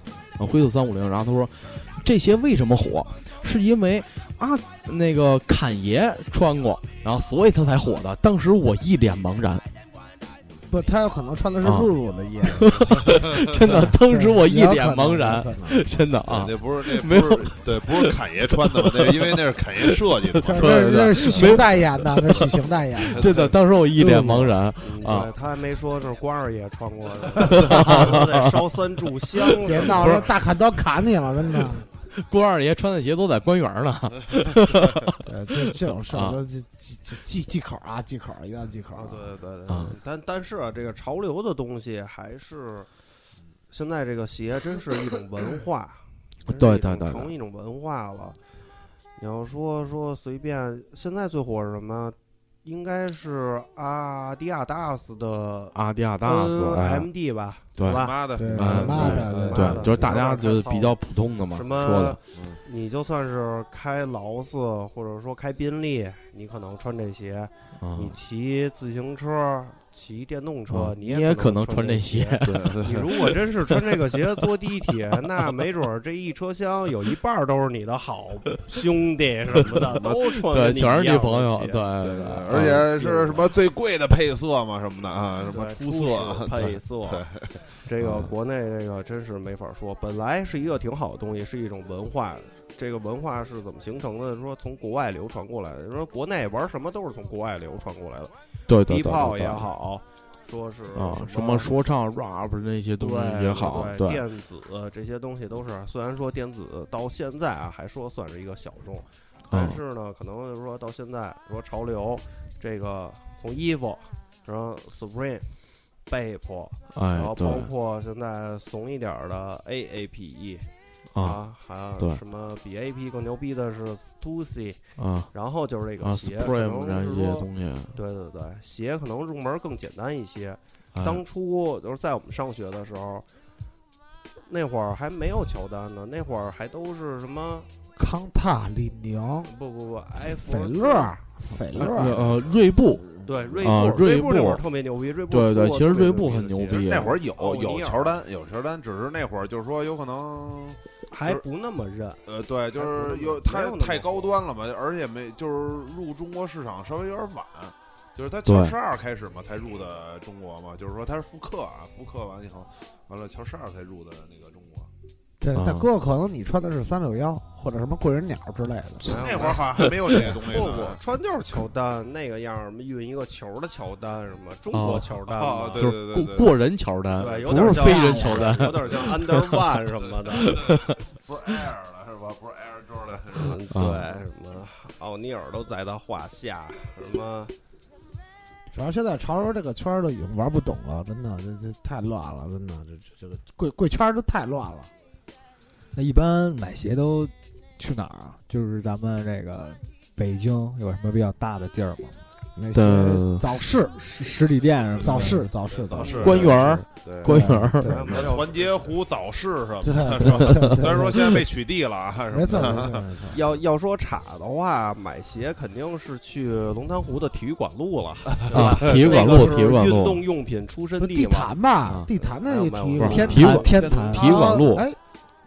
灰色三五零，然后他说这些为什么火，是因为啊那个侃爷穿过，然后所以他才火的。当时我一脸茫然，
不，他有可能穿的是
啊
露露的衣服，
真的，当时我一脸茫
有
然，
可能有可能
真的啊，
那不是那
没有
不是对，不是侃爷穿的嘛？那是因为那是侃爷设计的嘛。
这
对
这
对
这是许晴代言 的，这是许晴代言的。
真的，当时我一脸茫然，
嗯
啊
对他还没说是关二爷穿过 的，得烧三炷香什么的。
别闹了，大砍刀砍你了，真的。
郭二爷穿的鞋都在官园呢，
对，这这种事
啊
儿都记记记记忌口啊，忌口，一定要忌口
啊，对对对对对
啊，
但但是啊，这个潮流的东西还是现在这个鞋真是一种文化真 是
对
一种
对对对
成一种文化了。你要说说随便，现在最火是什么？应该是阿迪亚达斯的
阿迪亚
呃
哎
M D 吧，
对
是吧？
妈的，
对
嗯
妈
对
的，
对
对，就是大家就是比较普通的嘛，
什
说
么
的，
你就算是开劳斯或者说开宾利，你可能穿这鞋，
啊，
你骑自行车、骑电动车
啊，
你
也可
可
能
穿
穿这
鞋
鞋。， 对
你如果真是穿这个鞋坐地 铁，那没准儿这一车厢有一半儿都是你的好兄弟什 么的，都穿
对，
着
全是
你一
女
样的
朋友，
鞋
对对
对
对，
而且是什么最贵的配色嘛什么的啊，什么
对
出
初
色
始配色
对，啊
这个国内这个真是没法说。本来是一个挺好的东西，是一种文化。这个文化是怎么形成的？说从国外流传过来的。说国内玩什么都是从国外流传过来的，
对对对
低炮
对
也
对。
好，说是
啊，什
什
么说唱、rap 那些东西
对
也好，
对
对
电子这些东西都是，虽然说电子到现在啊，还说算是一个小众，
嗯
但是呢，可能就是说到现在说潮流，这个从衣服，然后 Supreme。被迫，然
哎
后，
对
包括现在怂一点儿的 A A P E
啊
啊，还有
对
什么比 A P E 更牛逼的是 Stussy，
啊
然后就是这
啊
个鞋，可
，Supreme 这
能
样
是
一些
说，
东西，
对对对，鞋可能入门更简单一些，
哎
当啊初就是在我们上学的时候，那会儿还没有乔丹呢，那会儿还都是什么
康塔、李宁、
不不不，埃弗
斐
斯
乐、斐
呃
乐，
呃锐步，
对锐步，
啊锐
锐
步
那会儿特别牛逼，锐步
对对
出过
其实
特别
锐步很
的
牛
其
鞋
实
逼
那会儿有
奥尼尔
有乔丹，有乔丹，只是那会儿就是说有可能，
还不那么认，
呃，对，就
还不
是
是
有
没
太
有那么
太高端了嘛，而且没就是入中国市场稍微有点晚，就是他乔
对
十二开始嘛才入的中国嘛，就是说他是复刻啊，复刻完以后，完了乔十二才入的那个中国，
对，
啊
大哥可能你穿的是三六幺或者什么贵人鸟之类的，
那会儿 好像还没有这个东西
不不
呢，
穿就是乔丹那个样儿，什么运一个球的乔丹，什么中
哦
国乔丹嘛
哦对
就是过
对对
过人乔丹，
对，有
不是
点像
非人乔丹，
有点像 Under One 什 么的，
不是 Air 了是吧？不是 Air Jordan 是吧
嗯
啊
对，什么奥尼尔都在他话下，什么。
主要现在潮流这个圈儿都已经玩不懂了，真的，这这太乱了，真的，这这这个贵贵圈儿都太乱了。
那一般买鞋都去哪儿啊？就是咱们这个北京有什么比较大的地儿吗？
那
的
些早市、
是实实体店什么的
早市、早市、
早市
官员儿
对
官员儿
对
什么团结湖早市什么
对
的，
对
是吧？
对对
虽然说现在被取缔了啊，什
没
么
错
的
没错没错，
要要说岔的话，买鞋肯定是去龙潭湖的体育馆路了，对
啊
吧？，
体育馆
那
路，
个是
体育馆
运
路
动用品出身
不是
地
地
嘛。
坛吧
啊？
地坛那个体育
不
馆
是
天
体育
坛
馆
天坛
体育馆路
啊
哎，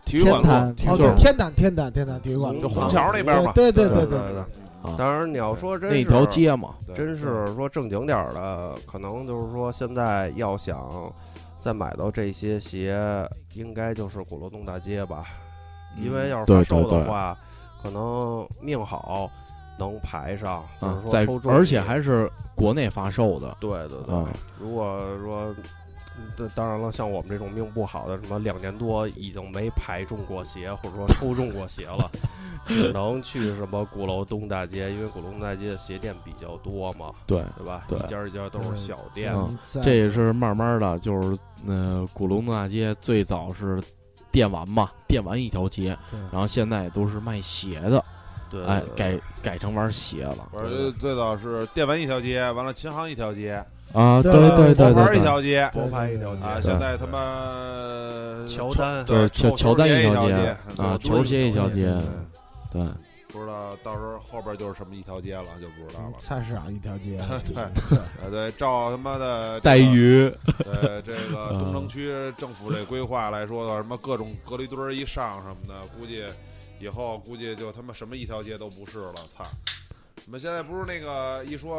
体育馆
天坛
路，
哦
就是
对，天坛天坛天坛体育馆路，
就虹桥那边嘛，
对对
对
对
对
对，
啊当然，你要说真是
那条，街嘛，
真是说正经点儿的，可能就是说现在要想再买到这些鞋，应该就是鼓楼东大街吧，
嗯
因为要是
对
发
对
售
对
的话，可能命好能排上，就
啊
是，说
在
抽中
而且
你
还是国内发售的
对对对，
啊
如果说，这当然了，像我们这种 命不好的，什么两年多已经没排中过鞋，或者说抽中过鞋了，只能去什么鼓楼东大街，因为鼓楼东大街的鞋店比较多嘛，
对，
对吧？
对
一家一家都是小店，
嗯
在
这也是慢慢的，就是呃，鼓楼东大街最早是电玩嘛，电玩一条街，
对
然后现在都是卖鞋的，
对，
哎，
对
改改成玩鞋了
我说最早是电玩一条街，完了琴行一条街，
啊，
对
对
对
对对
佛牌一
对，
条街
佛牌一条街嗯
啊，
对
现在他妈
乔丹
对
乔乔
臭球
丹
鞋
一
一
条
街
街啊，
就是
球鞋一条街，对，
不知道到时候后边就是什么一条街了，就不知道了。
嗯
菜市场一条街，
对
对
呃，对，照他妈的
带
鱼，
鱼，
啊
对这个东城区政府这规划来说的话，什么各种隔离墩儿一上什么的，估计以后估计就他妈什么一条街都不是了，操！你们现在不是那个一说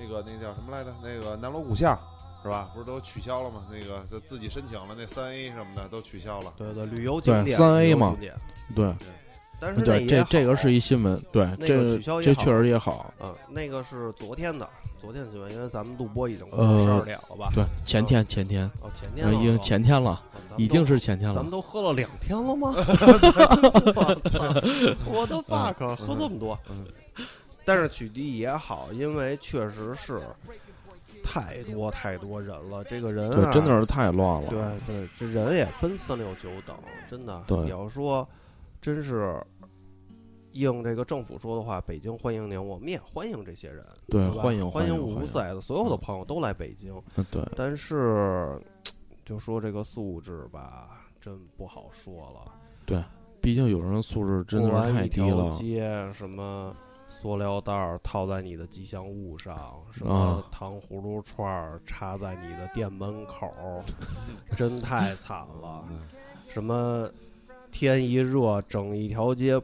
那个那叫什么来着？那个南锣鼓巷是吧？不是都取消了吗？那个就自己申请了那三 A 什么的都取消了。
对对，旅游景
对
点
三 A
旅游
嘛
景点
对
但是那
对，这
也
这个
好
是一新闻，对，
那
这
个取消也
这
好
确实也好，
嗯，那个是昨天的，昨天新闻，因为咱们录播已经
呃
过十二点了吧？
对，前天前天，
哦，前天
呃
了
已经
哦
前天了，
哦咱们
已
都
经是前天
咱
了
们，都喝了两天 了吗？ 我的 fuck，喝这么多
嗯。
但是取缔也好，因为确实是太多太多人了，这个人
对
啊，，
真的是太乱了，
对对，这人也分三六九等，真的。
对
你要说真是应这个政府说的话，北京欢迎您，我们也欢迎这些人，
对
对吧
欢迎
欢
迎
无
欢
灾的所有的朋友都来北京。
迎，对
但是就说这个素质吧，真不好说了。
毕竟有人素质真的
公
是
安
太
一
低
条
了，
街什么塑料袋儿套在你的吉祥物上，什么
啊
糖葫芦串儿插在你的店门口儿，真太惨了。
嗯
什么天一热，整一条街，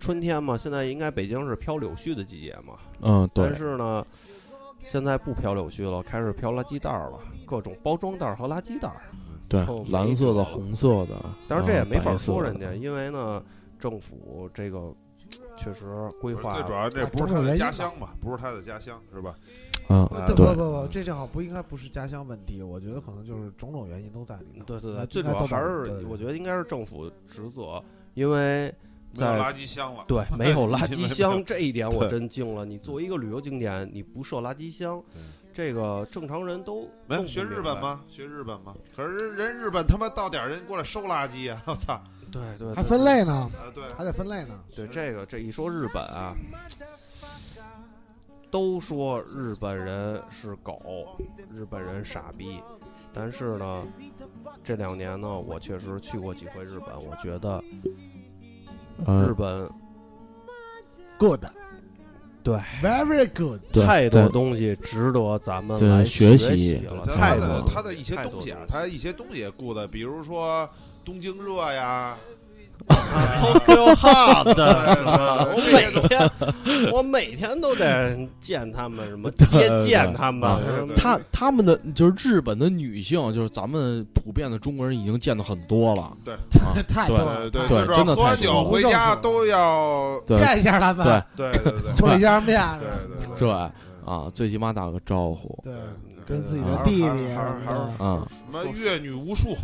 春天嘛，现在应该北京是飘柳絮的季节嘛，
嗯，对
但，是呢。现在不飘柳絮了，开始飘垃圾袋儿了，各种包装袋儿和垃圾袋儿。
对
臭，
蓝
美
色
酒
的、红色的，
当然
嗯
这也没法
白色
说人
的
家，因为呢，政府这个确实规
不是
划
最主要这不是他的家乡嘛，不是他的家乡是吧？
嗯，
呃
对
不不不，这正好不应该不是家乡问题，我觉得可能就是种种原因都在里头。
对对
那
对，最
应
主
该
要
都
还
在
是
对对
我觉得应该是政府职责，因为
没有
在
垃圾箱了。
对没有垃圾
没
箱
有
这一点我
对
真惊了。你作为一个旅游景点，你不设垃圾箱
对，
这个正常人都
没有
弄不
学日
明
本
白？
吗？学日本吗？可是人日本他妈到点儿人过来收垃圾啊！我操！
对对，对
还分。类呢，
啊，对，
还得分类呢。
对这个这一说日本啊，都说日本人是狗，日本人傻逼，但是呢，这两年呢，我确实去过几回日本，我觉得日
呃，
本
Good，
对
，very good。
对
太
在
多东西值得咱们
对
来
学
习
习
了，
他
太多
的
了
他的一些
太多
东西啊
了，
他的一些东西也顾的，比如说东京热呀，
Tokyo Hot，
对
我
对
每天我每天都得见他们，什么接见他们
啊，
什么
他他们的就是日本的女性，就是咱们普遍的中国人已经见的很多了，
太
对
多
啊对
对
对，
了，
最主要
真的
喝完
太多
酒
了
回家都要，
对
见一下他们，
对
对对对对
碰一下面，
对对对
对啊，最起码打个招呼，
对
对
跟自己
的
弟弟
还是还是
啊，
什么阅女无数，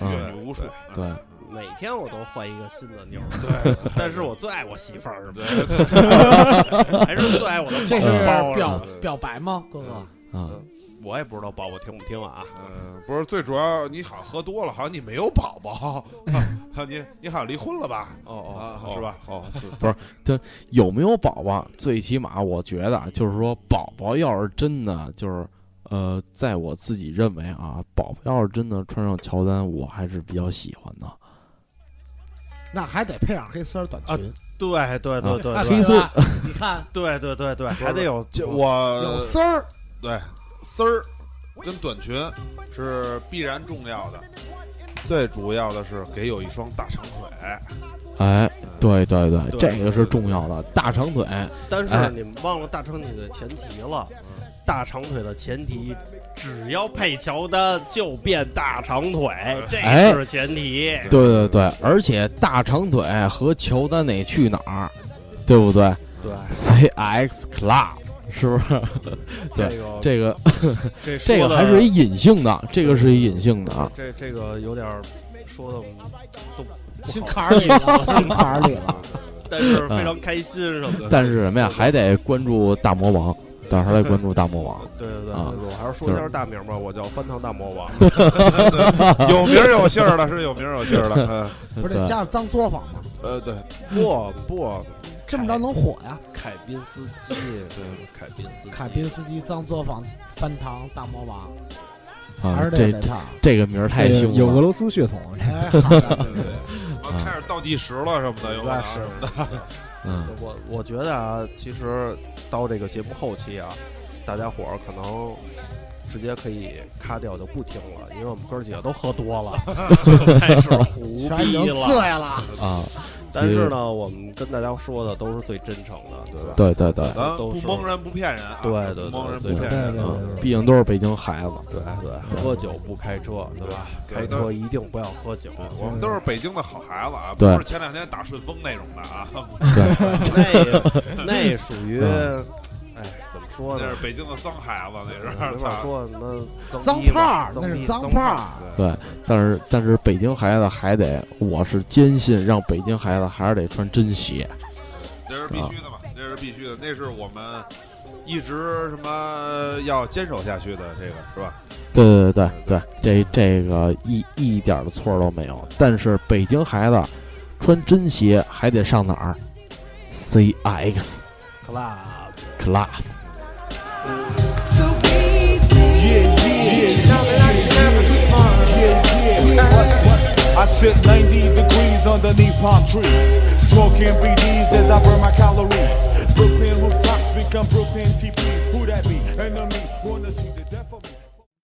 嗯
阅女无数，
对，啊
每天我都换一个新的妞儿，
对，
但是我最爱我媳妇儿，
对对对呃
还是最爱我的啊
是
包
表
儿。
表白吗，哥
哥？
啊，
嗯我也不知道宝宝听不听啊，
嗯，不是最主要，你好像喝多了，好像你没有宝宝， 啊你你好像离婚了吧？
哦
哦
是吧？哦，
有没有宝宝？最起码我觉得啊就是说，宝宝要是真的就是。呃，在我自己认为啊，宝宝要是真的穿上乔丹，我还是比较喜欢的。
那还得配上黑丝儿短裙，
对对对对
黑
对
色
你看
对对对对，还得有
这我
有丝儿，
对，丝儿跟短裙是必然重要的，最主要的是给有一双大长腿。
哎，对对对，
对
这个是重要的。大长腿，
但
哎
是你们忘了大长腿的前提了，大长腿的前提，只要配乔丹就变大长腿，
呃
这
哎
是前提。
对对对，而且大长腿和乔丹哪去哪儿，对不对
对，
？CX Club 是不是？对
这个
这个
这
这
说
个
的
还是一隐性的，这个是一隐性的啊。
这这个有点儿说的都不好
心坎儿里 了，心坎儿里了。
但是非常开心什么的。
嗯但是什么呀，还得关注大魔王，到时候还得关注大魔
对
王。
对对
啊
对，我还是说一
就
下
是
大名吧，我叫翻糖大魔王。
有名儿有姓儿的，是有名儿有姓儿的。嗯
不是
对
得加上脏作坊嘛，
呃，对，
不不，
这么着能火呀？
凯宾斯基，对，凯宾斯基，
凯宾斯基脏作坊翻糖大魔王，还
啊
是，得
这
这套。
这个名儿太凶了，
有俄罗斯血统。
哎，好的
对对对。
啊开始倒计时了什么的，有可能
是
什么的。
嗯，
我我觉得啊，其实到这个节目后期啊，大家伙儿可能直接可以咔掉就不听了，因为我们哥儿几个都喝多 了，开始胡
全已
逼
经醉
了。
了，
啊，
但是呢，我们跟大家说的都是最真诚的，对吧？
对对对，
咱
都
不
是
蒙人不骗人啊，
对对对
不蒙人不
对
骗
对对
人啊。
嗯，毕竟都是北京孩子，
对对，喝酒不开车，对吧？
对
开车一定不要喝酒。
我们都是北京的好孩子啊，不
对
是前两天打顺丰那种的 啊，
那那属于，
嗯
哎，怎么说
那
呢
是？北京的脏孩子，那
没
是
法
操。
说什么
脏
逼吧
炮儿
脏
那是
逼
脏
脏
炮
炮
儿
儿对
对，但是但是北京孩子还得，我是坚信让北京孩子还是得穿真鞋，
这是必须的嘛，这是必须的，那是我们一直什么要坚守下去的，这个是吧？
对对对对对，这这个一一点儿的错儿都没有。但是北京孩子穿真鞋还得上哪儿？CX
club。
Club。
I sit 90 degrees underneath palm trees, smoking BDs as I burn my calories. Brooklyn rooftops become Brooklyn TPs. Who that be? Enemy, wanna see the death.